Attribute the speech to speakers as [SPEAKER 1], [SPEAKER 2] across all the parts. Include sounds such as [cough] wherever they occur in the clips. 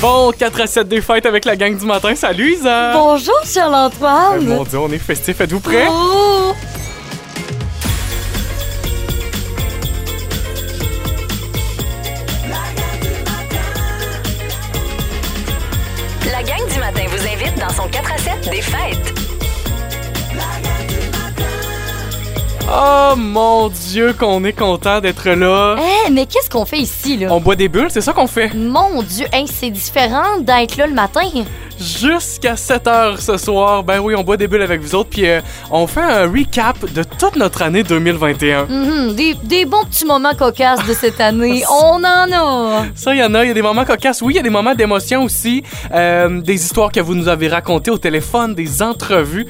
[SPEAKER 1] Bon 4 à 7 des fêtes avec la gang du matin. Salut Isa! Euh,
[SPEAKER 2] Bonjour Charles-Antoine.
[SPEAKER 1] Mon Dieu, on est festif. Êtes-vous prêts?
[SPEAKER 2] Oh.
[SPEAKER 3] La gang du matin vous invite dans son 4 à 7 des fêtes.
[SPEAKER 1] Oh mon Dieu, qu'on est content d'être là.
[SPEAKER 2] Eh, mais qu'est-ce qu'on fait ici, là?
[SPEAKER 1] On boit des bulles, c'est ça qu'on fait.
[SPEAKER 2] Mon Dieu, hein, c'est différent d'être là le matin.
[SPEAKER 1] Jusqu'à 7 heures ce soir. Ben oui, on boit des bulles avec vous autres. Puis euh, on fait un recap de toute notre année 2021.
[SPEAKER 2] Mhm, des, des bons petits moments cocasses de cette année. On en a.
[SPEAKER 1] Ça, il y en a. Il y a des moments cocasses. Oui, il y a des moments d'émotion aussi. Euh, des histoires que vous nous avez racontées au téléphone, des entrevues.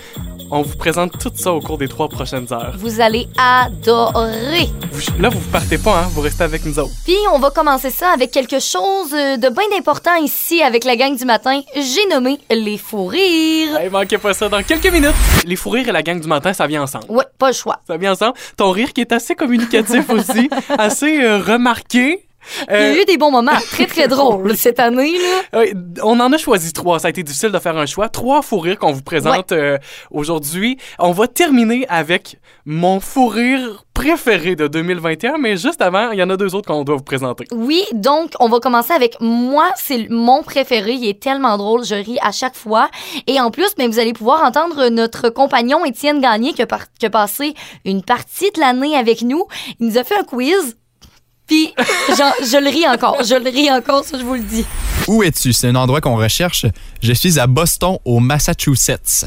[SPEAKER 1] On vous présente tout ça au cours des trois prochaines heures.
[SPEAKER 2] Vous allez adorer.
[SPEAKER 1] Vous- Là, vous partez pas, hein? Vous restez avec nous autres.
[SPEAKER 2] Puis on va commencer ça avec quelque chose euh, de bien important ici avec la gang du matin. J'ai nommé les fous rires.
[SPEAKER 1] Hey, manquez pas ça dans quelques minutes. Les fous rires et la gang du matin, ça vient ensemble.
[SPEAKER 2] Ouais, pas le choix.
[SPEAKER 1] Ça vient ensemble. Ton rire qui est
[SPEAKER 4] [laughs]
[SPEAKER 1] assez communicatif aussi, assez euh, remarqué.
[SPEAKER 2] Il y
[SPEAKER 1] Euh,
[SPEAKER 2] a eu des bons moments très très drôles cette année là.
[SPEAKER 1] euh, on en a choisi trois. Ça a été difficile de faire un choix. Trois fous rires qu'on vous présente euh, aujourd'hui. On va terminer avec mon fou rire préféré de 2021, mais juste avant, il y en a deux autres qu'on doit vous présenter.
[SPEAKER 2] Oui, donc on va commencer avec moi, c'est le- mon préféré, il est tellement drôle, je ris à chaque fois. Et en plus, ben, vous allez pouvoir entendre notre compagnon Étienne Gagné qui a, par- qui a passé une partie de l'année avec nous. Il nous a fait un quiz. Puis, genre, je le ris encore, je le ris encore, ça je vous le dis.
[SPEAKER 5] Où es-tu? C'est un endroit qu'on recherche. Je suis à Boston, au Massachusetts.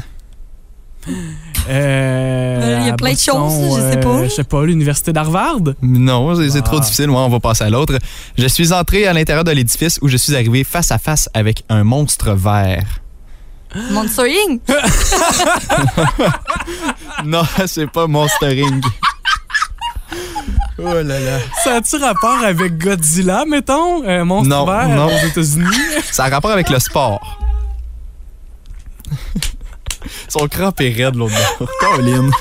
[SPEAKER 6] Euh,
[SPEAKER 4] Il y a
[SPEAKER 6] à
[SPEAKER 4] plein de
[SPEAKER 6] Boston,
[SPEAKER 4] choses, je sais
[SPEAKER 6] euh,
[SPEAKER 4] pas.
[SPEAKER 6] Je sais pas, l'université d'Harvard.
[SPEAKER 5] Non, c'est c'est trop
[SPEAKER 6] Ah.
[SPEAKER 5] difficile. Ouais, on va passer à l'autre. Je suis entré à l'intérieur de l'édifice où je suis arrivé face à face avec un monstre [laughs] vert.
[SPEAKER 4] Monster Inc.
[SPEAKER 5] Non, c'est pas Monstering. Oh là là.
[SPEAKER 6] Ça a-tu rapport avec Godzilla, mettons? Euh, monstre
[SPEAKER 5] Non,
[SPEAKER 6] vert
[SPEAKER 5] non.
[SPEAKER 6] aux États-Unis?
[SPEAKER 5] Ça a rapport avec le sport. Son cramp est raide, l'autre [laughs] bord. Caroline.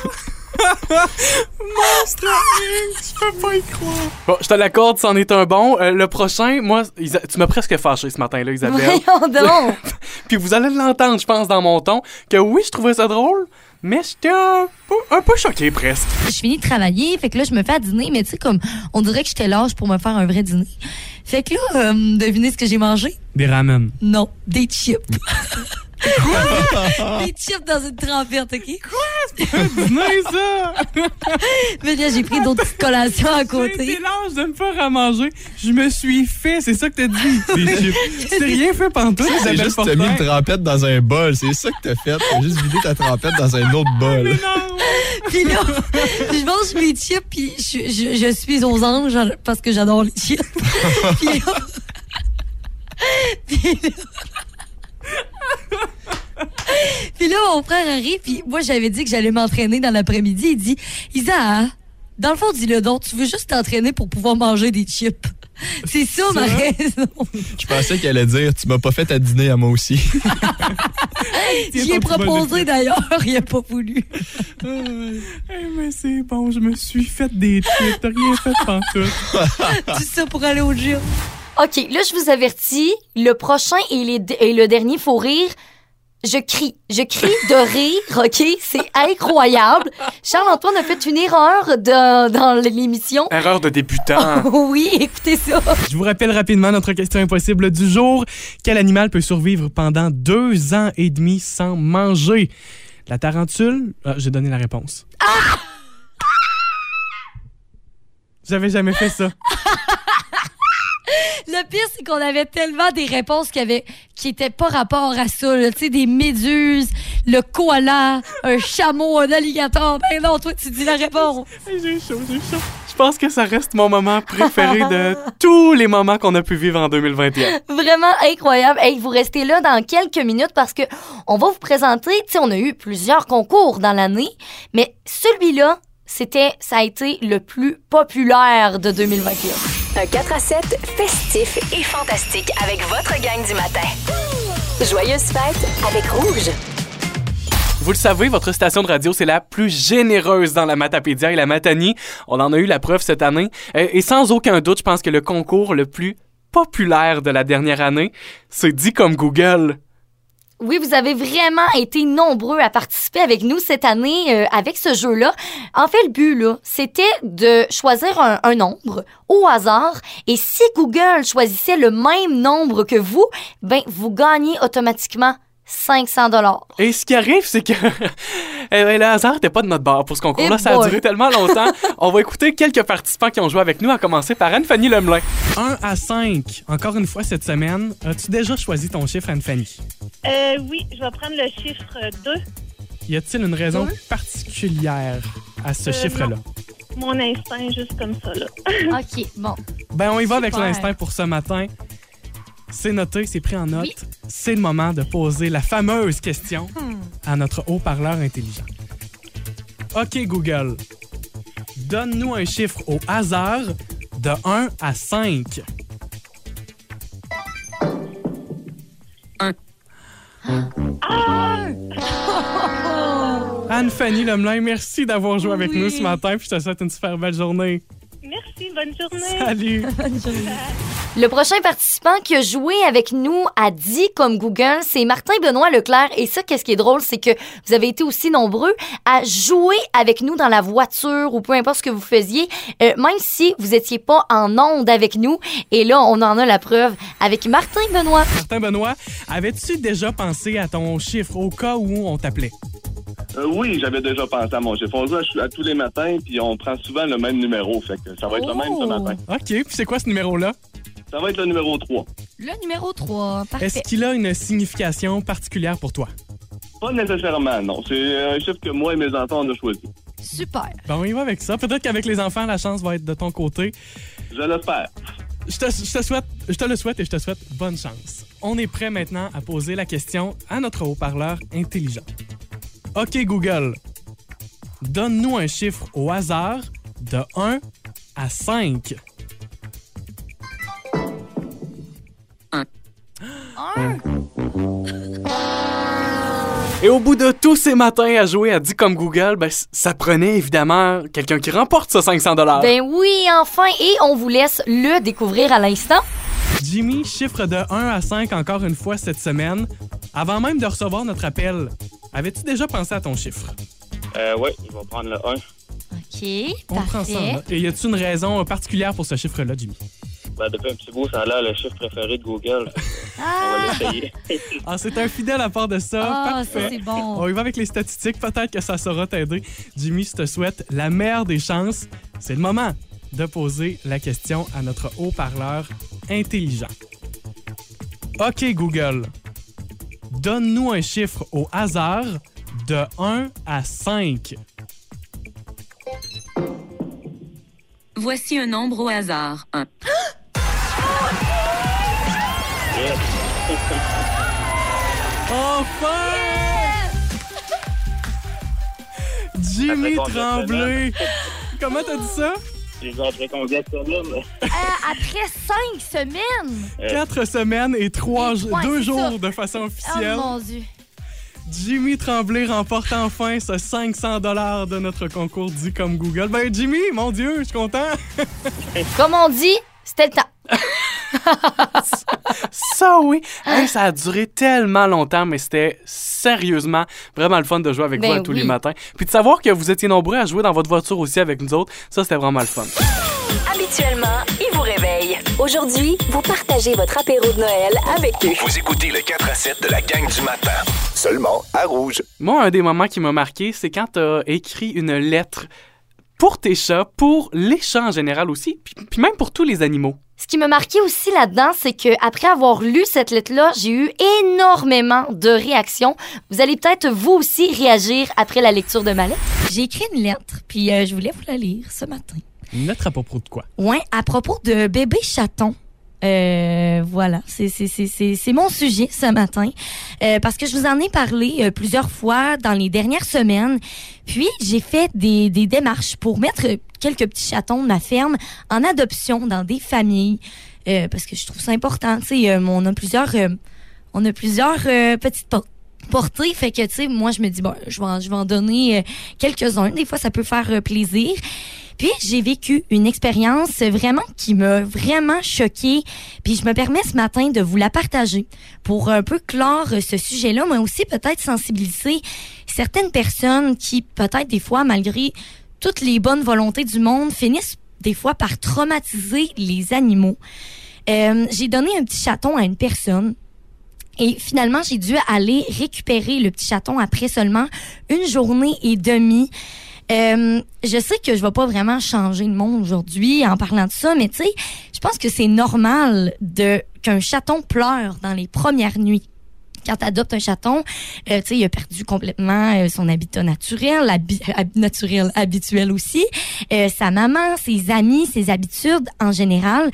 [SPEAKER 1] Bon, je te l'accorde, c'en est un bon. Euh, le prochain, moi, Isa- tu m'as presque fâché ce matin-là, Isabelle.
[SPEAKER 2] Voyons donc!
[SPEAKER 1] Puis vous allez l'entendre, je pense, dans mon ton, que oui, je trouvais ça drôle, mais j'étais un peu, un peu choqué presque.
[SPEAKER 7] [laughs] je finis de travailler, fait que là, je me fais à dîner, mais tu sais, comme, on dirait que j'étais large pour me faire un vrai dîner. Fait que là, euh, devinez ce que j'ai mangé?
[SPEAKER 6] Des ramen.
[SPEAKER 7] Non, des chips. [laughs] des chips dans une trempette, OK?
[SPEAKER 1] Non, ça!
[SPEAKER 7] Mais là, j'ai pris d'autres petites collations à
[SPEAKER 1] J'ai
[SPEAKER 7] côté.
[SPEAKER 1] été large de me faire à manger. Je me suis fait, c'est ça que t'as dit. Des chips. Tu t'es rien fait pantoute,
[SPEAKER 5] C'est
[SPEAKER 1] Isabelle
[SPEAKER 5] juste que t'as mis une
[SPEAKER 1] Fortin.
[SPEAKER 5] trompette dans un bol. C'est ça que t'as fait. T'as juste vidé ta trompette dans un autre bol.
[SPEAKER 7] Puis là, je mange mes chips, puis je, je, je suis aux anges parce que j'adore les chips. puis là... Puis là... Puis là, mon frère arrive, puis moi, j'avais dit que j'allais m'entraîner dans l'après-midi. Il dit, Isa, dans le fond, dis-le donc, tu veux juste t'entraîner pour pouvoir manger des chips. C'est ça, ma raison.
[SPEAKER 5] Je pensais qu'elle allait dire Tu m'as pas fait à dîner à moi aussi.
[SPEAKER 7] J'y ai proposé d'ailleurs, il n'a pas voulu.
[SPEAKER 1] Eh,
[SPEAKER 6] mais c'est bon, je me suis fait des chips. T'as rien fait pantoute.
[SPEAKER 7] Tout ça pour aller au gym.
[SPEAKER 2] OK, là, je vous avertis, le prochain et, les- et le dernier faut rire. Je crie, je crie de
[SPEAKER 7] [laughs]
[SPEAKER 2] rire, OK? C'est incroyable. Charles-Antoine a fait une erreur de- dans l'émission.
[SPEAKER 1] Erreur de débutant.
[SPEAKER 2] Oui, écoutez ça.
[SPEAKER 6] Je vous rappelle rapidement notre question impossible du jour. Quel animal peut survivre pendant deux ans et demi sans manger? La tarentule? Ah, J'ai donné la réponse. Ah! J'avais jamais fait ça.
[SPEAKER 7] Le pire, c'est qu'on avait tellement des réponses qui avaient, qui étaient pas rapport à ça, là. Tu sais, des méduses, le koala, un chameau, un alligator. Ben non, toi, tu dis la réponse.
[SPEAKER 1] J'ai chaud, j'ai chaud. Je pense que ça reste mon moment préféré de tous les moments qu'on a pu vivre en 2021.
[SPEAKER 2] Vraiment incroyable. Hey, vous restez là dans quelques minutes parce que on va vous présenter, tu sais, on a eu plusieurs concours dans l'année, mais celui-là, c'était, ça a été le plus populaire de 2021.
[SPEAKER 3] Un 4 à 7 festif et fantastique avec votre gang du matin. Joyeuses fêtes avec Rouge.
[SPEAKER 1] Vous le savez, votre station de radio, c'est la plus généreuse dans la Matapédia et la Matanie. On en a eu la preuve cette année. Euh, Et sans aucun doute, je pense que le concours le plus
[SPEAKER 8] populaires de la dernière année, c'est dit comme Google.
[SPEAKER 2] Oui, vous avez vraiment été nombreux à participer avec nous cette année euh, avec ce jeu-là. En fait, le but, là, c'était de choisir un, un nombre au hasard. Et si Google choisissait le même nombre que vous, ben, vous gagnez automatiquement 500 dollars.
[SPEAKER 8] Et ce qui arrive, c'est que [laughs] Eh ben, le hasard n'était pas de notre bord pour ce concours-là.
[SPEAKER 2] Eh
[SPEAKER 8] Ça a
[SPEAKER 2] boy.
[SPEAKER 8] duré tellement
[SPEAKER 2] [laughs]
[SPEAKER 8] longtemps. On va écouter quelques participants qui ont joué avec nous, à commencer par Anne-Fanny Lemelin.
[SPEAKER 1] 1 à 5, encore une fois cette semaine, as-tu déjà choisi ton chiffre, Anne-Fanny?
[SPEAKER 9] Euh, oui, je vais prendre le chiffre 2,
[SPEAKER 1] Y a-t-il une raison particulière à ce
[SPEAKER 9] Euh,
[SPEAKER 1] chiffre-là?
[SPEAKER 9] mon instinct, juste comme ça, là.
[SPEAKER 2] OK, bon.
[SPEAKER 1] Ben, on y va avec
[SPEAKER 2] Super.
[SPEAKER 1] l'instinct pour ce matin. C'est noté, c'est pris en note.
[SPEAKER 2] Oui.
[SPEAKER 1] C'est le moment de poser la fameuse question à notre haut-parleur intelligent. OK, Google, donne-nous un chiffre au hasard de 1 à 5.
[SPEAKER 10] Un.
[SPEAKER 1] Anne-Fanny Lemelin, merci d'avoir joué avec
[SPEAKER 10] Oui.
[SPEAKER 1] nous ce matin. Puis je te souhaite une super belle journée.
[SPEAKER 9] Merci, bonne journée.
[SPEAKER 1] Salut!
[SPEAKER 2] Le prochain participant qui a joué avec nous à dit comme Google, c'est Martin Benoît Leclerc. Et ça, qu'est-ce qui est drôle, c'est que vous avez été aussi nombreux à jouer avec nous dans la voiture ou peu importe ce que vous faisiez, euh, même si vous étiez pas en onde avec nous. Et là, on en a la preuve avec Martin Benoît.
[SPEAKER 1] Martin Benoît, avais-tu déjà pensé à ton chiffre au cas où on t'appelait?
[SPEAKER 11] Euh, oui, j'avais déjà pensé à mon chiffre. On se voit à- à tous les matins, puis on prend souvent le même numéro. Fait que ça va être le même ce matin.
[SPEAKER 1] OK, puis c'est quoi ce numéro-là?
[SPEAKER 11] Ça va être le numéro 3.
[SPEAKER 7] Le numéro 3,
[SPEAKER 1] Est-ce
[SPEAKER 7] parfait.
[SPEAKER 1] qu'il a une signification particulière pour toi?
[SPEAKER 11] Pas nécessairement, non. C'est euh, un chiffre que moi et mes enfants, on a choisi.
[SPEAKER 7] Super.
[SPEAKER 1] Ben, on y va avec ça. Peut-être qu'avec les enfants, la chance va être de ton côté.
[SPEAKER 11] Je l'espère.
[SPEAKER 1] Je te, je te souhaite, je te le souhaite et je te souhaite bonne chance. On est prêt maintenant à poser la question à notre haut-parleur intelligent. OK, Google, donne-nous un chiffre au hasard de 1 à 5. [laughs]
[SPEAKER 8] Et au bout de tous ces matins à jouer à dit comme Google, ben, c- ça prenait évidemment quelqu'un qui remporte ce 500
[SPEAKER 1] Ah.
[SPEAKER 8] dollars.
[SPEAKER 2] Ben oui, enfin. Et on vous laisse le découvrir à l'instant.
[SPEAKER 1] Jimmy, chiffre de 1 à 5 encore une fois cette semaine. Avant même de recevoir notre appel, avais-tu déjà pensé à ton chiffre?
[SPEAKER 11] Euh, oui, je vais prendre le 1.
[SPEAKER 2] OK,
[SPEAKER 1] On prend ça. en
[SPEAKER 2] parfait.
[SPEAKER 1] note. Et y a-tu une raison particulière pour ce chiffre-là, Jimmy?
[SPEAKER 11] Ben, depuis un petit bout, ça a l'air le chiffre préféré de Google. euh,
[SPEAKER 7] Ah,
[SPEAKER 11] l'essayer.
[SPEAKER 1] Ah, c'est un fidèle à part de ça.
[SPEAKER 7] ah
[SPEAKER 1] Parfait.
[SPEAKER 7] ça, c'est bon.
[SPEAKER 1] On y va avec les statistiques, peut-être que ça saura t'aider. Jimmy, je te souhaite la meilleure des chances. C'est le moment de poser la question à notre haut-parleur intelligent. OK Google, donne-nous un chiffre au hasard de 1 à 5.
[SPEAKER 10] Voici un nombre au hasard. Un.
[SPEAKER 1] Enfin!
[SPEAKER 8] [laughs]
[SPEAKER 1] Jimmy
[SPEAKER 11] Ça fait
[SPEAKER 1] Tremblay! Comment t'as dit ça?
[SPEAKER 11] J'ai dit après combien de semaines?
[SPEAKER 2] Euh, après cinq semaines.
[SPEAKER 8] Euh.
[SPEAKER 1] Quatre semaines et trois,
[SPEAKER 2] Et-
[SPEAKER 1] jours-
[SPEAKER 2] ouais,
[SPEAKER 1] deux
[SPEAKER 2] c'est
[SPEAKER 1] jours
[SPEAKER 2] ça.
[SPEAKER 1] de façon
[SPEAKER 2] Oh
[SPEAKER 1] officielle.
[SPEAKER 2] mon Dieu.
[SPEAKER 1] Jimmy Tremblay remporte enfin ce 500 de notre concours dit comme Google. Ben Jimmy, mon Dieu, je suis content.
[SPEAKER 2] Comme on dit, c'était le temps.
[SPEAKER 8] [laughs] Ça, oui. Hey, ça a duré tellement longtemps, mais c'était sérieusement vraiment le fun de jouer avec
[SPEAKER 2] Ben
[SPEAKER 8] vous à tous
[SPEAKER 2] oui.
[SPEAKER 8] les matins. Puis de savoir que vous étiez nombreux à jouer dans votre voiture aussi avec nous autres, ça, c'était vraiment le fun.
[SPEAKER 3] Habituellement, ils vous réveillent. Aujourd'hui, vous partagez votre apéro de Noël avec eux.
[SPEAKER 12] Vous écoutez le 4 à 7 de la gang du matin. Seulement à Rouge.
[SPEAKER 8] Moi, un des moments qui m'a marqué, c'est quand t'as écrit une lettre pour tes chats, pour les chats en général aussi, puis, puis même pour tous les animaux.
[SPEAKER 2] Ce qui m'a marqué aussi là-dedans, c'est que après avoir lu cette lettre-là, j'ai eu énormément de réactions. Vous allez peut-être vous aussi réagir après la lecture de ma lettre.
[SPEAKER 7] J'ai écrit une lettre, puis euh, je voulais vous la lire ce matin.
[SPEAKER 1] Notre à propos de quoi?
[SPEAKER 7] Ouais, à propos de bébé chaton. Euh, voilà, c'est c'est- c'est- c'est- c'est mon sujet ce matin Euh, parce que je vous en ai parlé euh, plusieurs fois dans les dernières semaines. Puis j'ai fait des, des démarches pour mettre quelques petits chatons de ma ferme en adoption dans des familles euh, parce que je trouve ça important. Tu sais, euh, on a plusieurs, euh, on a plusieurs euh, petites por- portées. Fait que tu sais, moi je me dis bon, je vais en, je vais en donner euh, quelques uns. Des fois, ça peut faire euh, plaisir.
[SPEAKER 2] Puis j'ai vécu une expérience vraiment qui m'a vraiment choquée. Puis je me permets ce matin de vous la partager pour un peu clore euh, ce sujet-là, mais aussi peut-être sensibiliser certaines personnes qui, peut-être des fois, malgré toutes les bonnes volontés du monde, finissent des fois par traumatiser les animaux. Euh, j'ai donné un petit chaton à une personne et finalement, j'ai dû aller récupérer le petit chaton après seulement une journée et demie. Euh, je sais que je vais pas vraiment changer le monde aujourd'hui en parlant de ça, mais tu sais, je pense que c'est normal de qu'un chaton pleure dans les premières nuits. Quand tu adoptes un chaton, euh, tu sais, il a perdu complètement euh, son habitat naturel, habi- hab- naturel habituel aussi, euh, sa maman, ses amis, ses habitudes en général.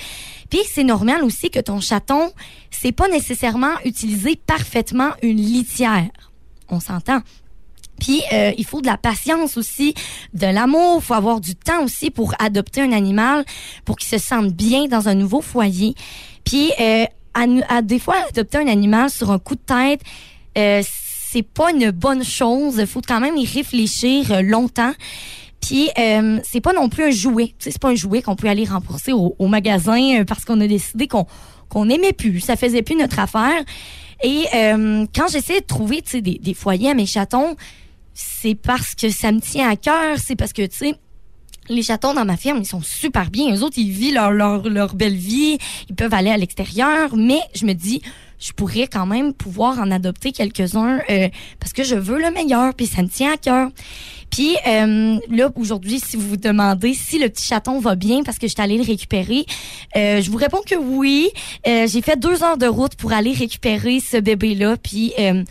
[SPEAKER 2] Puis c'est normal aussi que ton chaton, c'est pas nécessairement utiliser parfaitement une litière. On s'entend. Puis euh, il faut de la patience aussi, de l'amour, faut avoir du temps aussi pour adopter un animal, pour qu'il se sente bien dans un nouveau foyer. Puis euh, à, nous- à des fois adopter un animal sur un coup de tête, euh, c'est pas une bonne chose. Il faut quand même y réfléchir euh, longtemps. Puis euh, c'est pas non plus un jouet. Tu sais, c'est pas un jouet qu'on peut aller rembourser au, au magasin euh, parce qu'on a décidé qu'on qu'on aimait plus, ça faisait plus notre affaire. Et euh, quand j'essaie de trouver tu sais, des, des foyers à mes chatons, c'est parce que ça me tient à cœur, c'est parce que, tu sais, les chatons dans ma ferme, ils sont super bien. Eux autres, ils vivent leur, leur, leur belle vie. Ils peuvent aller à l'extérieur. Mais je me dis, je pourrais quand même pouvoir en adopter quelques-uns euh, parce que je veux le meilleur. Puis ça me tient à cœur. Puis euh, là, aujourd'hui, si vous vous demandez si le petit chaton va bien parce que je suis allée le récupérer, euh, je vous réponds que oui. Euh, J'ai fait deux heures de route pour aller récupérer ce bébé-là. Puis... euh,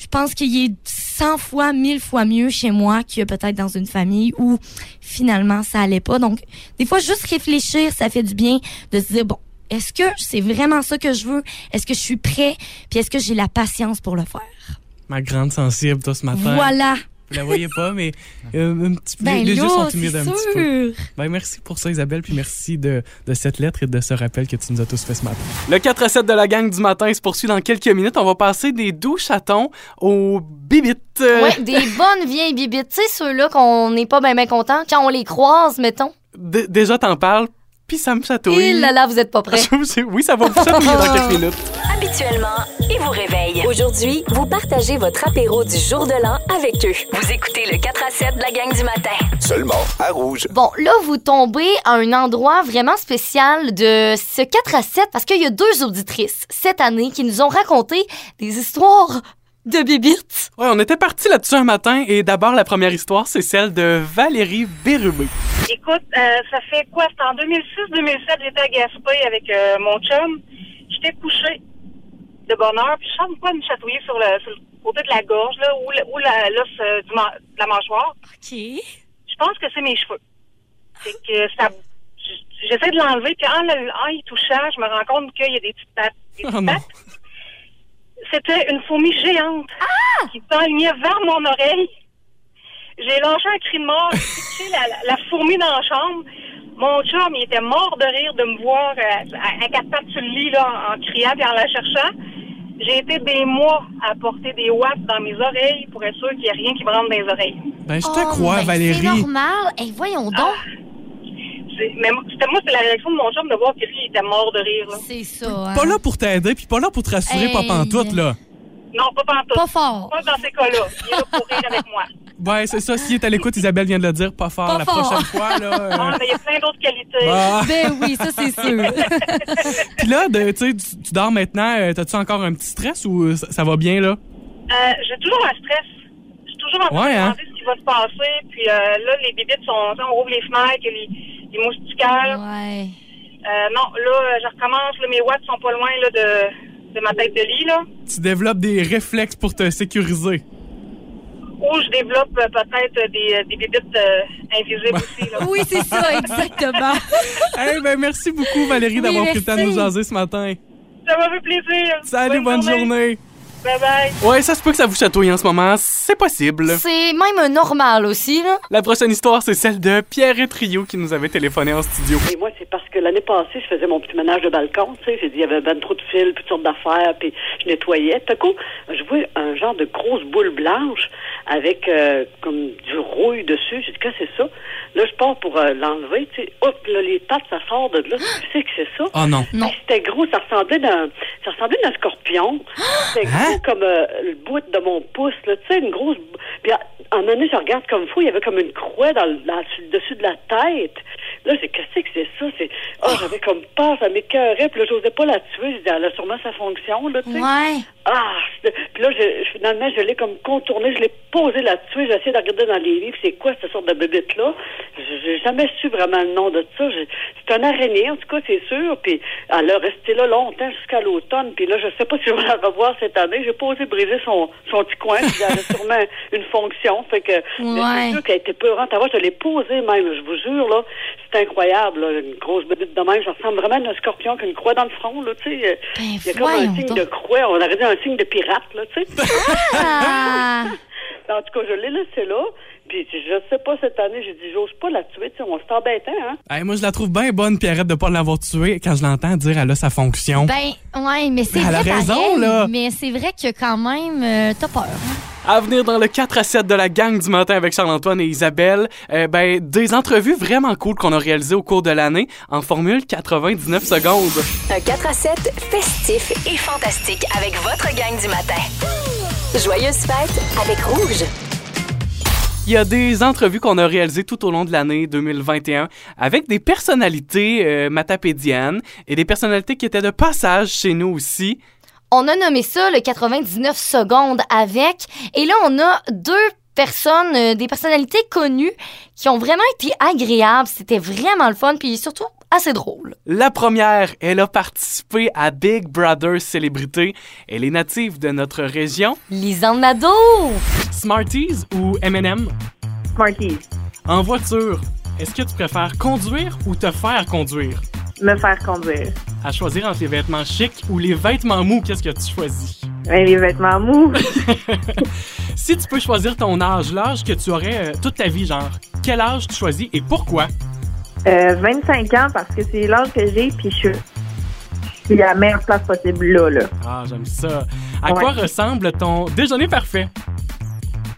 [SPEAKER 2] je pense qu'il est 100 fois, 1000 fois mieux chez moi que peut-être dans une famille où finalement ça allait pas. Donc, des fois, juste réfléchir, ça fait du bien de se dire, bon, est-ce que c'est vraiment ça que je veux? Est-ce que je suis prêt? Puis est-ce que j'ai la patience pour le faire?
[SPEAKER 1] Ma grande sensible, toi, ce matin.
[SPEAKER 2] Voilà.
[SPEAKER 1] Vous la voyez pas,
[SPEAKER 5] [laughs]
[SPEAKER 1] mais euh, un petit peu,
[SPEAKER 2] Ben,
[SPEAKER 1] les yeux
[SPEAKER 2] là,
[SPEAKER 1] sont humides
[SPEAKER 2] c'est
[SPEAKER 1] un petit peu.
[SPEAKER 2] sûr.
[SPEAKER 1] Ben, merci pour ça, Isabelle, puis merci de, de cette lettre et de ce rappel que tu nous as tous fait ce matin.
[SPEAKER 5] Le 4 à 7 de la gang du matin se poursuit dans quelques minutes. On va passer des doux chatons aux bibites.
[SPEAKER 13] Ouais, des
[SPEAKER 2] [laughs]
[SPEAKER 13] bonnes vieilles bibites. Tu sais, ceux-là qu'on n'est pas bien ben content quand on les croise, mettons.
[SPEAKER 5] D- Déjà, t'en parles, puis ça me chatouille.
[SPEAKER 13] Et là, là, vous êtes pas
[SPEAKER 5] [laughs]
[SPEAKER 13] prêts.
[SPEAKER 5] oui, ça va vous chatouiller
[SPEAKER 2] [laughs]
[SPEAKER 5] dans quelques minutes.
[SPEAKER 3] Habituellement, ils vous réveillent. Aujourd'hui, vous partagez votre apéro du jour de l'an avec eux. Vous écoutez le 4 à 7 de la gang du matin.
[SPEAKER 12] Seulement à Rouge.
[SPEAKER 13] Bon, là, vous tombez à un endroit vraiment spécial de ce 4 à 7 parce qu'il y a deux auditrices cette année qui nous ont raconté des histoires de bibites.
[SPEAKER 5] Ouais, on était parti là-dessus un matin, et d'abord, la première histoire, c'est celle de Valérie Bérubé.
[SPEAKER 9] Écoute, euh, ça fait quoi? C'était en 2006-2007, j'étais à Gaspé avec euh, mon chum. J'étais couchée de bonne heure, puis je sens quoi me chatouiller sur le, sur le côté de la gorge, là, ou, le- ou la, l'os euh, du man- de la mâchoire.
[SPEAKER 2] OK.
[SPEAKER 9] Je pense que c'est mes cheveux. Fait que ça... j- J'essaie de l'enlever, puis en, le- en y touchant, je me rends compte qu'il y a des petites pattes. Des petites pattes. C'était une fourmi géante qui s'enlignait vers mon oreille. J'ai lâché un cri de mort, j'ai pitché la, la- la fourmi dans la chambre. Mon chum, il était mort de rire de me voir euh, à, à quatre pattes sur le lit, là, en, en criant et en la cherchant. J'ai été des mois à porter des watts dans mes oreilles pour être sûr qu'il n'y a rien qui me rentre dans les oreilles.
[SPEAKER 1] Ben, je te
[SPEAKER 2] Oh,
[SPEAKER 1] crois, Valérie.
[SPEAKER 13] C'est normal. Et voyons donc.
[SPEAKER 9] C'est- Mais moi, c'était moi, c'est la réaction de mon chum de voir que lui, il était mort de rire. là.
[SPEAKER 2] C'est ça. hein.
[SPEAKER 1] Pas là pour t'aider, puis pas là pour te rassurer,
[SPEAKER 2] Hey.
[SPEAKER 1] pas pantoute, là.
[SPEAKER 9] Non, pas pantoute.
[SPEAKER 2] Pas fort.
[SPEAKER 9] Pas dans ces cas-là. Il est là pour rire avec moi.
[SPEAKER 1] Ouais, c'est ça. Si est à l'écoute, Isabelle vient de le dire, pas fort.
[SPEAKER 2] Pas
[SPEAKER 1] la
[SPEAKER 2] fort.
[SPEAKER 1] prochaine fois, là.
[SPEAKER 9] Ah, [laughs]
[SPEAKER 1] euh,
[SPEAKER 9] mais il y a plein d'autres qualités.
[SPEAKER 1] bah.
[SPEAKER 2] Ben oui, ça
[SPEAKER 1] [laughs]
[SPEAKER 2] c'est sûr.
[SPEAKER 1] Puis là, de- tu sais, tu- tu dors maintenant, euh, t'as-tu encore un petit stress ou euh, ça, ça va bien, là?
[SPEAKER 9] Euh, j'ai toujours un stress. Je suis toujours en train
[SPEAKER 1] Ouais,
[SPEAKER 9] de
[SPEAKER 1] hein?
[SPEAKER 9] demander ce qui va se passer. Puis euh, là, les bébites sont... On ouvre les fenêtres, il y a les, les moustiquaires.
[SPEAKER 2] ouais.
[SPEAKER 9] Euh, non, là, je recommence. Là, mes watts sont pas loin là, de, de ma tête de lit. là.
[SPEAKER 1] Tu développes des réflexes pour te sécuriser.
[SPEAKER 9] Ou je développe euh, peut-être des, des bébites euh, invisibles aussi.
[SPEAKER 1] [laughs]
[SPEAKER 9] Là.
[SPEAKER 2] Oui, c'est ça, exactement.
[SPEAKER 1] hey, ben, merci beaucoup, Valérie,
[SPEAKER 2] Oui,
[SPEAKER 1] d'avoir pris le temps de nous
[SPEAKER 2] merci.
[SPEAKER 1] jaser ce matin.
[SPEAKER 9] Ça m'a fait plaisir.
[SPEAKER 1] Salut, bonne, journée.
[SPEAKER 14] Bye bye.
[SPEAKER 1] Ouais, ça se peut que ça vous chatouille en ce moment. C'est possible.
[SPEAKER 2] C'est même normal aussi, là.
[SPEAKER 1] La prochaine histoire, c'est celle de Pierre et Trio qui nous avait téléphoné en studio.
[SPEAKER 9] Et moi, c'est parce que l'année passée, je faisais mon petit ménage de balcon, tu sais, j'ai dit, il y avait ben trop de fils, toutes sortes d'affaires, puis je nettoyais. Tout à coup, je vois un genre de grosse boule blanche avec euh, comme du rouille dessus. J'ai dit, qu'est-ce que c'est ça? Là, je pars pour euh, l'enlever, tu sais, hop, là, les pattes, ça sort de là. Tu sais que c'est ça?
[SPEAKER 6] Ah
[SPEAKER 1] Oh non.
[SPEAKER 9] Puis C'était gros, ça ressemblait d'un, ça ressemblait d'un scorpion. C'était gros comme euh, le bout de mon pouce, là, tu sais, une grosse. bou- Puis à à un moment donné, je regarde comme fou, il y avait comme une croix dans, le- dans- sur le dessus de la tête. Là, j'ai dit, qu'est-ce que c'est ça? C'est, ah, j'avais comme peur, ça m'écœurait, puis là, j'osais pas la tuer, je dis, elle a sûrement sa fonction, là, tu sais.
[SPEAKER 2] Ouais.
[SPEAKER 9] Ah, c'est- puis là, je- je- finalement, je l'ai comme contourné, je l'ai posé là-dessus, j'ai essayé de regarder dans les livres, c'est quoi cette sorte de bébête-là? J- J'ai jamais su vraiment le nom de ça. J'ai- C'est un araignée, en tout cas, c'est sûr, puis elle a resté là longtemps jusqu'à l'automne, puis là, je sais pas si je vais la revoir cette année, j'ai pas osé briser son, son petit coin, puis elle a sûrement une fonction, fait que mais
[SPEAKER 2] Ouais.
[SPEAKER 9] c'est sûr qu'elle était peurante à voir, je l'ai posée même, je vous jure, là, c'est incroyable, là, une grosse bébête de même, ça ressemble vraiment à un scorpion qu'une croix dans le front, là, tu sais. Il y a comme
[SPEAKER 2] voyons
[SPEAKER 9] un signe de croix, on aurait dit un signe de pirate, là, tu sais.
[SPEAKER 1] Hein?
[SPEAKER 9] en tout cas, je l'ai laissé là, puis je sais pas, cette année, j'ai dit, j'ose pas la tuer, tu sais, on s'embêtait, hein.
[SPEAKER 6] Hey, moi, je la trouve bien bonne, Pierrette, de pas l'avoir tuée quand je l'entends dire elle a sa fonction.
[SPEAKER 7] Ben, ouais, mais c'est
[SPEAKER 6] Elle a
[SPEAKER 7] vrai
[SPEAKER 6] raison,
[SPEAKER 7] pareil,
[SPEAKER 6] là.
[SPEAKER 7] Mais c'est vrai que quand même, euh, t'as peur.
[SPEAKER 1] À venir dans le 4 à 7 de la gang du matin avec Charles-Antoine et Isabelle, euh, ben, des entrevues vraiment cool qu'on a réalisées au cours de l'année en formule 99 secondes.
[SPEAKER 3] Un 4 à 7 festif et fantastique avec votre gang du matin. Joyeuses fêtes avec Rouge.
[SPEAKER 1] Il y a des entrevues qu'on a réalisées tout au long de l'année 2021 avec des personnalités euh, matapédiennes et des personnalités qui étaient de passage chez nous aussi.
[SPEAKER 2] On a nommé ça le 99 secondes avec. Et là, on a deux personnes, euh, des personnalités connues qui ont vraiment été agréables. C'était vraiment le fun, puis surtout assez drôle.
[SPEAKER 1] La première, elle a participé à Big Brother Célébrité. Elle est native de notre région.
[SPEAKER 2] Lisanne Nadeau!
[SPEAKER 1] Smarties ou M&M?
[SPEAKER 12] Smarties.
[SPEAKER 1] En voiture, est-ce que tu préfères conduire ou te faire conduire?
[SPEAKER 12] Me faire conduire.
[SPEAKER 1] À choisir entre les vêtements chics ou les vêtements mous, qu'est-ce que tu choisis?
[SPEAKER 12] Ben, les vêtements mous.
[SPEAKER 1] Si tu peux choisir ton âge, l'âge que tu aurais euh, toute ta vie, genre, quel âge tu choisis et pourquoi?
[SPEAKER 12] Euh, 25 ans parce que c'est l'âge que j'ai, puis je je suis à la meilleure place possible là, là.
[SPEAKER 1] Ah, j'aime ça. À
[SPEAKER 12] Ouais.
[SPEAKER 1] quoi ressemble ton déjeuner parfait?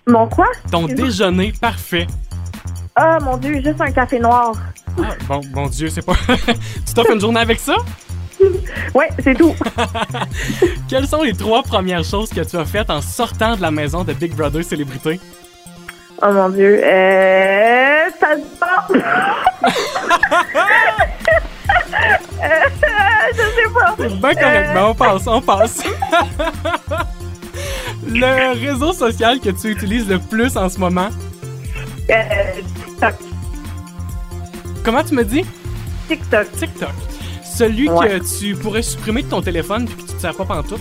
[SPEAKER 12] Mon quoi?
[SPEAKER 1] Ton
[SPEAKER 12] Excuse-moi.
[SPEAKER 1] déjeuner parfait.
[SPEAKER 12] Ah, mon Dieu, juste un café noir.
[SPEAKER 1] Ah, bon, bon Dieu, c'est pas... [laughs] tu t'offres une journée avec ça?
[SPEAKER 12] Ouais, c'est tout.
[SPEAKER 1] Quelles sont les trois premières choses que tu as faites en sortant de la maison de Big Brother Célébrité?
[SPEAKER 12] Oh mon Dieu. Euh, ça se passe. Euh, je sais pas.
[SPEAKER 1] Ben correct, ben on passe, on passe. [laughs] le réseau social que tu utilises le plus en ce moment,
[SPEAKER 12] Euh, TikTok.
[SPEAKER 1] comment tu me dis?
[SPEAKER 12] TikTok.
[SPEAKER 1] TikTok. Celui
[SPEAKER 12] Ouais.
[SPEAKER 1] que tu pourrais supprimer de ton téléphone puis que tu te sers pas pantoute.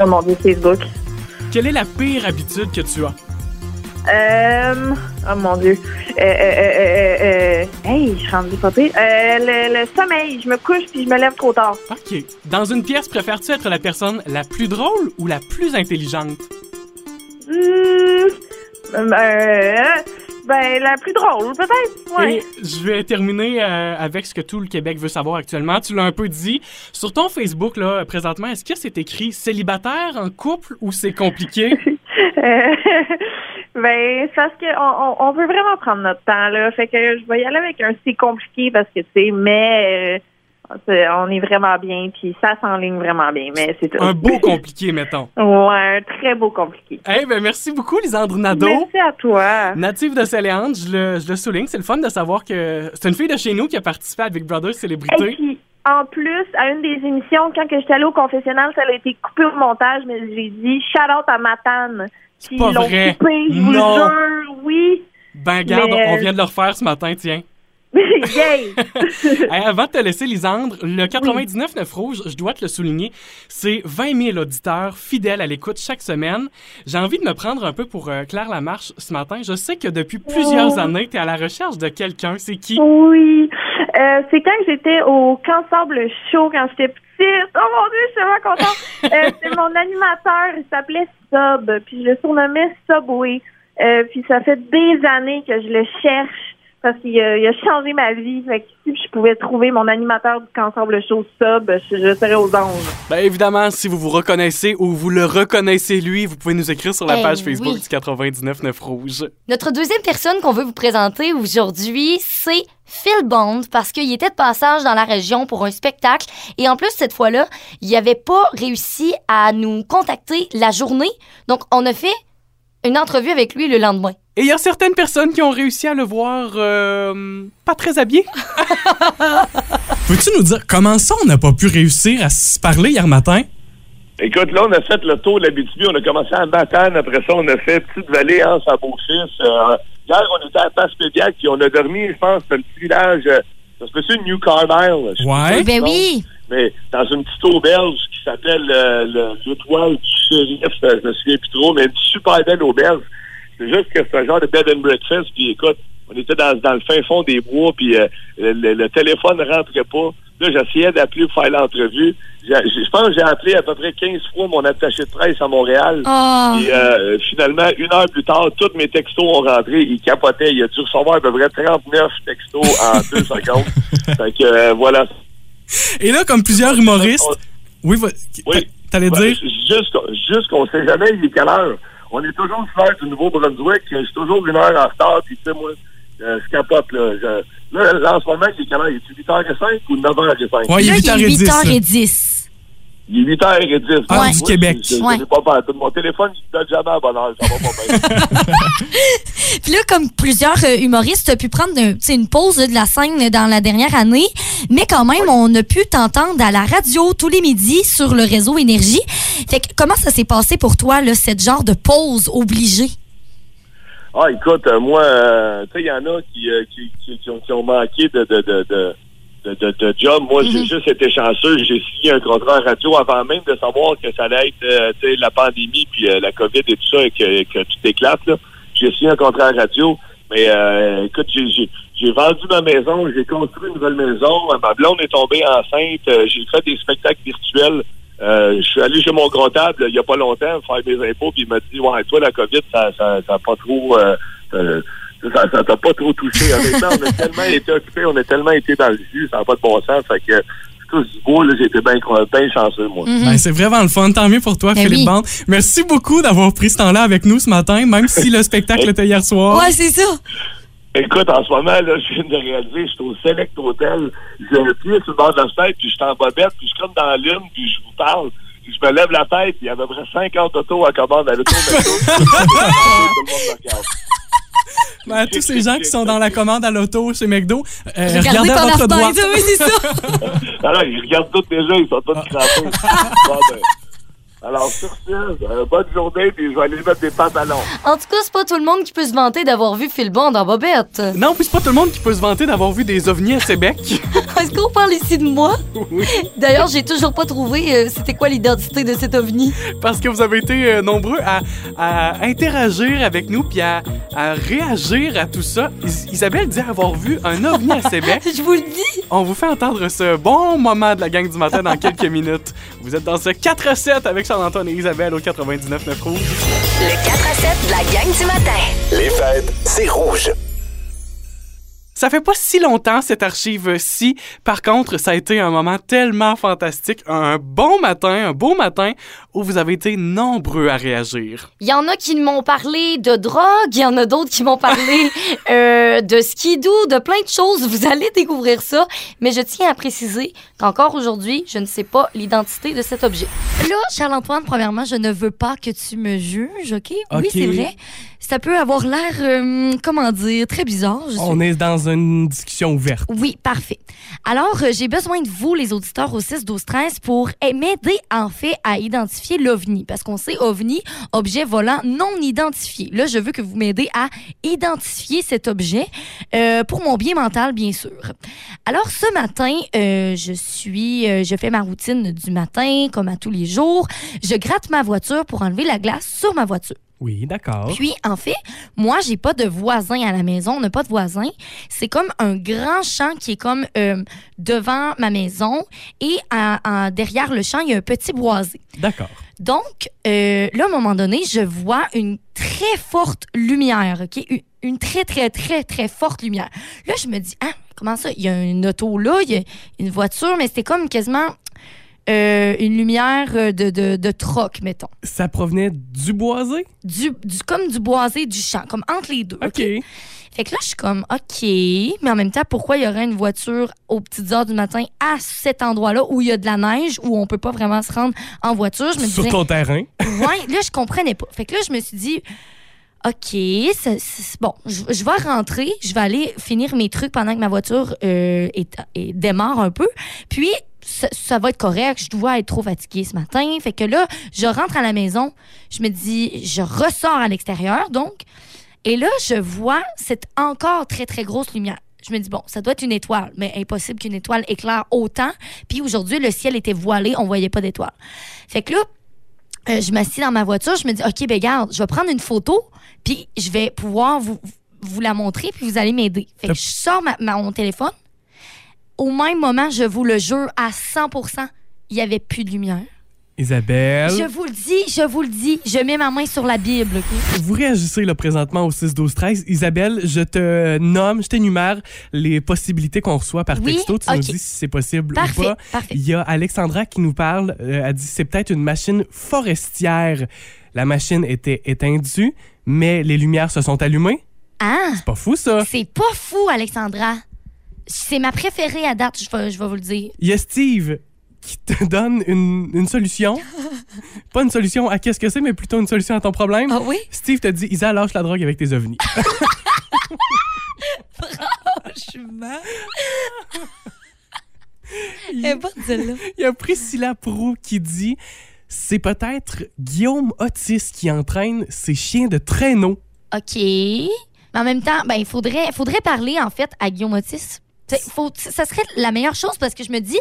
[SPEAKER 12] Oh mon Dieu, Facebook.
[SPEAKER 1] Quelle est la pire habitude que tu as?
[SPEAKER 12] Euh, oh mon Dieu. Euh, euh, euh, euh, euh, hey, je suis rendue pas pire. Euh, le, le sommeil, je me couche puis je me lève trop tard.
[SPEAKER 1] OK. Dans une pièce, préfères-tu être la personne la plus drôle ou la plus intelligente?
[SPEAKER 12] Hmm, euh, ben, la plus drôle, peut-être. Ouais.
[SPEAKER 1] Et je vais terminer euh, avec ce que tout le Québec veut savoir actuellement. Tu l'as un peu dit. Sur ton Facebook, là, présentement, est-ce que c'est écrit célibataire, en couple ou c'est compliqué?
[SPEAKER 12] Euh, ben, c'est parce qu'on on, on veut vraiment prendre notre temps, là. Fait que je vais y aller avec un c'est compliqué parce que, tu sais, mais euh, c'est- on est vraiment bien puis ça s'enligne vraiment bien, mais [laughs] c'est tout.
[SPEAKER 1] un beau compliqué,
[SPEAKER 12] [laughs]
[SPEAKER 1] mettons.
[SPEAKER 12] Ouais, un très beau compliqué.
[SPEAKER 1] Eh ben merci beaucoup, Lisandre Nadeau.
[SPEAKER 12] Merci à toi.
[SPEAKER 1] Native de Céléandre, je le, je le souligne, c'est le fun de savoir que c'est une fille de chez nous qui a participé à Big Brother
[SPEAKER 12] Et
[SPEAKER 1] Célébrité.
[SPEAKER 12] puis, en plus, à une des émissions, quand que j'étais allée au confessionnal, ça a été coupé au montage, mais j'ai dit shout out à Matane. Puis
[SPEAKER 1] pas
[SPEAKER 12] ils l'ont
[SPEAKER 1] vrai.
[SPEAKER 12] coupé, je vous
[SPEAKER 1] Non.
[SPEAKER 12] jure, oui.
[SPEAKER 1] Ben garde,
[SPEAKER 12] mais- euh,
[SPEAKER 1] on vient de le refaire ce matin, tiens.
[SPEAKER 12] [laughs] Yay!
[SPEAKER 1] [laughs] Hey, avant de te laisser, Lisandre, le 99.9 Rouge, je dois te le souligner, c'est 20 000 auditeurs fidèles à l'écoute chaque semaine. J'ai envie de me prendre un peu pour euh, Claire Lamarche ce matin. Je sais que depuis plusieurs
[SPEAKER 12] Oh.
[SPEAKER 1] années, tu es à la recherche de quelqu'un. C'est qui?
[SPEAKER 12] Oui. Euh, c'est quand j'étais au Cancer Bleu Show, quand j'étais petite, Six. Oh mon Dieu, je suis tellement contente. Euh, c'est mon animateur, il s'appelait Sub, puis je le surnommais Subway. Euh, puis ça fait des années que je le cherche parce qu'il a, il a changé ma vie. Fait que si je pouvais trouver mon animateur du Cancer Bleu Show Sub, je, je serais aux anges.
[SPEAKER 1] Ben évidemment, si vous vous reconnaissez ou vous le reconnaissez lui, vous pouvez nous écrire sur la
[SPEAKER 2] Eh
[SPEAKER 1] page Facebook
[SPEAKER 2] oui.
[SPEAKER 1] du 99.9 Rouge.
[SPEAKER 2] Notre deuxième personne qu'on veut vous présenter aujourd'hui, c'est Phil Bond, parce qu'il était de passage dans la région pour un spectacle. Et en plus, cette fois-là, il n'avait pas réussi à nous contacter la journée. Donc, on a fait une entrevue avec lui le lendemain.
[SPEAKER 1] Et il y a certaines personnes qui ont réussi à le voir euh, pas très habillé.
[SPEAKER 6] [laughs] Peux-tu nous dire comment ça on n'a pas pu réussir à se parler hier matin?
[SPEAKER 11] Écoute, là, on a fait le tour de l'Abitibi. On a commencé à Matane. Après ça, on a fait Petite-Vallée, hein, à Beaufils. Euh, hier, on était à Passepédiac, puis on a dormi, je pense, dans le petit village... euh, ça se peut-tu New Carlisle? Je sais
[SPEAKER 5] Hein?
[SPEAKER 11] pas,
[SPEAKER 7] Ben
[SPEAKER 11] non?
[SPEAKER 7] oui.
[SPEAKER 11] mais dans une petite auberge qui s'appelle euh, le- l'Étoile du Shérif, euh, je me souviens plus trop, mais une super belle auberge. C'est juste que c'est un genre de bed and breakfast, puis écoute, on était dans, dans le fin fond des bois, puis euh, le, le- le téléphone ne rentrait pas. Là, j'essayais d'appeler pour faire l'entrevue. J'ai- j'ai- Je pense que j'ai appelé à peu près 15 fois mon attaché de presse à Montréal.
[SPEAKER 2] Oh.
[SPEAKER 7] Ah.
[SPEAKER 11] Puis, euh, finalement, une heure plus tard, tous mes textos ont rentré. Il capotait. Il a dû recevoir à peu près 39 textos en deux secondes. Fait que euh, voilà,
[SPEAKER 6] Et là, comme plusieurs humoristes. Oui, va- t'allais
[SPEAKER 11] Ben,
[SPEAKER 6] dire.
[SPEAKER 11] Juste, qu'on- juste qu'on sait jamais il est quelle heure. On est toujours sur l'heure du Nouveau-Brunswick. Je suis toujours une heure en retard. Puis, tu sais, moi, euh, je capote. Là, Je- là, là, en ce moment, il est quelle heure? Il est 8h05 ou 9h05?
[SPEAKER 6] Ouais, il est Là, il est 8h10,
[SPEAKER 7] 8h10.
[SPEAKER 11] Il est 8h10.
[SPEAKER 6] Heure Ah, du Québec.
[SPEAKER 11] Je, je- je
[SPEAKER 7] Ouais.
[SPEAKER 11] l'ai pas peur. Mon téléphone, il ne donne jamais à bonne heure. Ça va pas bien.
[SPEAKER 7] Puis là, comme plusieurs euh, humoristes, t'as pu prendre un- tu sais, une pause là, de la scène euh, dans la dernière année, mais quand même, on a pu t'entendre à la radio tous les midis sur le réseau Énergie. Fait que comment ça s'est passé pour toi, là, cette genre de pause
[SPEAKER 2] [laughs]
[SPEAKER 7] obligée?
[SPEAKER 11] Ah, écoute, euh, moi, euh, tu sais, il y en a qui, euh, qui, qui, qui ont, qui ont manqué de, de, de, de, de, de- de job. Moi, j'ai juste été chanceux. J'ai signé un contrat en radio avant même de savoir que ça allait être euh, tu sais, la pandémie, puis euh, la COVID et tout ça, et que, que tout éclate. là. J'ai signé un contrat en radio. Mais euh, écoute, j'ai- j'ai j'ai vendu ma maison, j'ai construit une nouvelle maison. euh, Ma blonde est tombée enceinte. euh, J'ai fait des spectacles virtuels. Euh, je suis allé chez mon comptable il y a pas longtemps faire mes impôts, puis il m'a dit Ouais, toi, la COVID, ça ça, ça a pas trop euh, euh, ça ça t'a pas trop touché. Honnêtement, on a tellement été occupés, on a tellement été dans le jus, ça n'a pas de bon sens. Fait que je touche du bois, là, j'étais bien bien chanceux, moi.
[SPEAKER 1] Mm.
[SPEAKER 6] Ben, c'est vraiment le fun. Tant mieux pour toi,
[SPEAKER 11] Mhm. Ben
[SPEAKER 6] Philippe
[SPEAKER 11] oui.
[SPEAKER 6] Bande. Merci beaucoup d'avoir pris ce temps-là avec nous ce matin, même si le spectacle était hier soir.
[SPEAKER 7] Ouais, c'est ça.
[SPEAKER 11] Écoute, en ce moment, là, je viens de réaliser, je suis au Select Hotel, j'ai un pied sur le bord de la fenêtre, puis je suis en bobette, puis je suis comme dans la lune, puis je vous parle, puis je me lève la tête, puis il y a à peu près 50 autos à commande à l'auto. mais tout le monde me regarde.
[SPEAKER 6] Ben, à tous ces gens qui sont dans la commande à l'auto chez McDo, euh, regardez,
[SPEAKER 7] Regardez
[SPEAKER 6] à
[SPEAKER 7] par la
[SPEAKER 6] votre droite.
[SPEAKER 7] fenêtre, oui, c'est ça.
[SPEAKER 11] Alors, ils regardent tous déjà, ils sont tous crampés. Bon, ben, alors, sur ce, euh, bonne journée, puis je vais aller mettre des pantalons.
[SPEAKER 2] En tout cas, c'est pas tout le monde qui peut se vanter d'avoir vu Phil Bond en bobette.
[SPEAKER 1] Non, puis c'est pas tout le monde qui peut se vanter d'avoir vu des ovnis à Québec.
[SPEAKER 2] Est-ce qu'on parle ici de moi? D'ailleurs, j'ai toujours pas trouvé euh, c'était quoi l'identité de cet ovni.
[SPEAKER 1] Parce que vous avez été euh, nombreux à, à interagir avec nous puis à, à réagir à tout ça. Is- Isabelle dit avoir vu un ovni à Québec.
[SPEAKER 6] [laughs]
[SPEAKER 2] Je vous le dis.
[SPEAKER 1] On vous fait entendre ce bon moment de la gang du matin dans quelques minutes. Vous êtes dans ce 4 à 7 avec Charles-Antoine et Isabelle au 99.9 Rouge.
[SPEAKER 3] Le 4 à 7 de la gang du matin.
[SPEAKER 15] [laughs] Les fêtes, c'est rouge.
[SPEAKER 1] Ça fait pas si longtemps cette archive-ci. Par contre, ça a été un moment tellement fantastique, un bon matin, un beau matin où vous avez été nombreux à réagir.
[SPEAKER 2] Il y en a qui m'ont parlé de drogue, il y en a d'autres qui m'ont
[SPEAKER 7] [laughs]
[SPEAKER 2] parlé euh, de skidoo, de plein de choses. Vous allez découvrir ça. Mais je tiens à préciser qu'encore aujourd'hui, je ne sais pas l'identité de cet objet.
[SPEAKER 7] Là, Charles-Antoine, premièrement, je ne veux pas que tu me juges, OK? Oui,
[SPEAKER 6] OK.
[SPEAKER 7] c'est vrai. Ça peut avoir l'air, euh, comment dire, très bizarre. Je suis-
[SPEAKER 6] On est dans une discussion ouverte.
[SPEAKER 7] Oui, parfait. Alors, euh, j'ai besoin de vous, les auditeurs au 6, 12, 13, pour eh, m'aider en fait à identifier l'OVNI. Parce qu'on sait OVNI, objet volant non identifié. Là, je veux que vous m'aidez à identifier cet objet euh, pour mon bien mental, bien sûr. Alors, ce matin, euh, je suis, euh, je fais ma routine du matin, comme à tous les jours. Je gratte ma voiture pour enlever la glace sur ma voiture.
[SPEAKER 6] Oui, d'accord.
[SPEAKER 2] Puis, en fait, moi, j'ai pas de voisin à la maison. On n'a pas de voisin. C'est comme un grand champ qui est comme euh, devant ma maison. Et à- à- derrière le champ, il y a un petit boisé.
[SPEAKER 6] D'accord.
[SPEAKER 2] Donc, euh, là, à un moment donné, je vois une très forte lumière, OK? Une, une très, très, très, très forte lumière. Là, je me dis, ah, comment ça? Il y a une auto là, il y a une voiture, mais c'était comme quasiment euh, une lumière euh, de, de, de troc, mettons.
[SPEAKER 6] Ça provenait du boisé?
[SPEAKER 2] Du, du- comme du boisé du champ, comme entre les deux. OK. Fait que là, je suis comme, OK, mais en même temps, pourquoi il y aurait une voiture aux petites heures du matin à cet endroit-là où il y a de la neige, où on peut pas vraiment se rendre en voiture? Je me
[SPEAKER 6] Sur
[SPEAKER 2] disais,
[SPEAKER 6] ton terrain.
[SPEAKER 2] ouais, là, je comprenais pas. Fait que là, je me suis dit, OK, ça- c'est- bon, je, je vais rentrer, je vais aller finir mes trucs pendant que ma voiture euh, est- est- démarre un peu. Puis, ça, ça va être correct, je dois être trop fatiguée ce matin. Fait que là, je rentre à la maison, je me dis, je ressors à l'extérieur, donc. Et là, je vois cette encore très, très grosse lumière. Je me dis, bon, ça doit être une étoile, mais impossible qu'une étoile éclaire autant. Puis aujourd'hui, le ciel était voilé, on voyait pas d'étoile. Fait que là, euh, je m'assis dans ma voiture, je me dis, OK, ben garde, je vais prendre une photo, puis je vais pouvoir vous, vous la montrer, puis vous allez m'aider. Fait que je sors ma- ma- mon téléphone. Au même moment, je vous le jure, à 100 il n'y avait plus de lumière.
[SPEAKER 1] Ah
[SPEAKER 6] Isabelle.
[SPEAKER 2] Je vous le dis, je vous le dis, je mets ma main sur la Bible, OK?
[SPEAKER 6] Vous réagissez là, présentement au 6-12-13. Isabelle, je te nomme, je t'énumère les possibilités qu'on reçoit par
[SPEAKER 2] Oui,
[SPEAKER 6] texto. Tu
[SPEAKER 2] ok.
[SPEAKER 6] nous dis si c'est possible
[SPEAKER 2] Parfait,
[SPEAKER 6] ou pas.
[SPEAKER 2] parfait.
[SPEAKER 6] Il y a Alexandra qui nous parle. euh, elle dit c'est peut-être une machine forestière. La machine était éteindue, mais les lumières se sont allumées.
[SPEAKER 2] Ah!
[SPEAKER 6] C'est pas fou, ça.
[SPEAKER 2] C'est pas fou, Alexandra. C'est ma préférée à date, je vais, je vais vous le dire.
[SPEAKER 6] Il y a Steve qui te donne une, une
[SPEAKER 2] [laughs]
[SPEAKER 6] solution. pas une solution à qu'est-ce que c'est, mais plutôt une solution à ton problème.
[SPEAKER 2] Ah
[SPEAKER 6] [laughs]
[SPEAKER 2] oui?
[SPEAKER 6] Steve te dit Isa, lâche la drogue avec tes
[SPEAKER 2] [laughs]
[SPEAKER 6] ovnis.
[SPEAKER 7] Franchement. Elle est bonne, celle-là.
[SPEAKER 6] Il y a Priscilla Prou qui dit c'est peut-être Guillaume Otis qui entraîne ses chiens de traîneau.
[SPEAKER 2] OK. Mais en même temps, ben, il faudrait, faudrait parler, en fait, à Guillaume Otis. T'sais, faut- ça serait la meilleure chose parce que je me dis,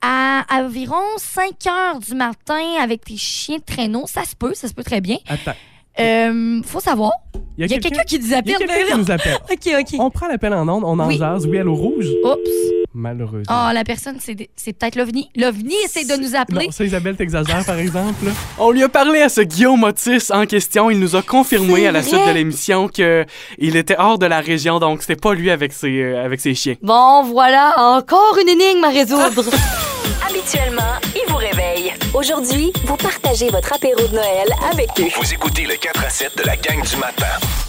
[SPEAKER 2] à environ 5 heures du matin avec tes chiens de traîneau, ça se peut, ça se peut très bien.
[SPEAKER 6] Attends.
[SPEAKER 2] Euh, faut savoir.
[SPEAKER 6] Il y a, quelqu'un
[SPEAKER 2] qui nous appelle,
[SPEAKER 6] Il y a quelqu'un
[SPEAKER 2] mais
[SPEAKER 6] qui
[SPEAKER 2] là-
[SPEAKER 6] nous appelle.
[SPEAKER 7] OK, OK.
[SPEAKER 6] On prend l'appel en ondes, on en
[SPEAKER 2] Oui.
[SPEAKER 6] jase. Oui, allô, rouge?
[SPEAKER 2] Oups.
[SPEAKER 6] Malheureusement.
[SPEAKER 2] Oh, la personne, c'est c'est peut-être l'OVNI. L'OVNI essaie de nous
[SPEAKER 6] Non,
[SPEAKER 2] appeler.
[SPEAKER 6] ça, Isabelle, t'exagères, par exemple. là.
[SPEAKER 1] On lui a parlé à ce Guillaume Otis en question. Il nous a confirmé
[SPEAKER 2] C'est
[SPEAKER 1] à la suite
[SPEAKER 2] vrai.
[SPEAKER 1] de l'émission que il était hors de la région, donc c'était pas lui avec ses, euh, avec ses chiens.
[SPEAKER 2] Bon, voilà, encore une énigme à résoudre.
[SPEAKER 3] Habituellement, ils vous réveillent. Aujourd'hui, vous partagez votre apéro de Noël avec eux.
[SPEAKER 15] Vous écoutez le 4 à 7 de la gang du matin.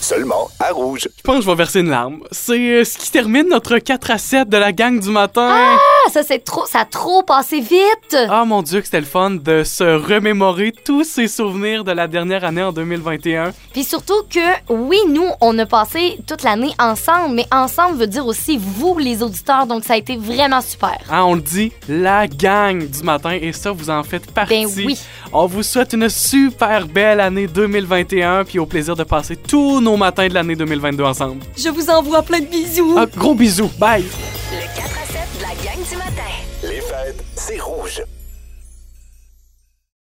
[SPEAKER 15] Seulement à Rouge.
[SPEAKER 1] Je pense que je vais verser une larme. C'est euh, ce qui termine notre 4 à 7 de la gang du matin.
[SPEAKER 2] Ah, ça, c'est trop, ça a trop passé vite.
[SPEAKER 1] Ah mon dieu que c'était le fun de se remémorer tous ces souvenirs de la dernière année en 2021.
[SPEAKER 2] Puis surtout que, oui, nous, on a passé toute l'année ensemble, mais ensemble veut dire aussi vous, les auditeurs, donc ça a été vraiment super.
[SPEAKER 1] Hein, on le dit, la gang du matin, et ça, vous en faites partie.
[SPEAKER 2] Ben oui.
[SPEAKER 1] On vous souhaite une super belle année 2021, puis au plaisir de passer tous nos matins de l'année 2022 ensemble. Ah,
[SPEAKER 2] Je vous envoie plein de bisous.
[SPEAKER 1] Un gros bisous, bye!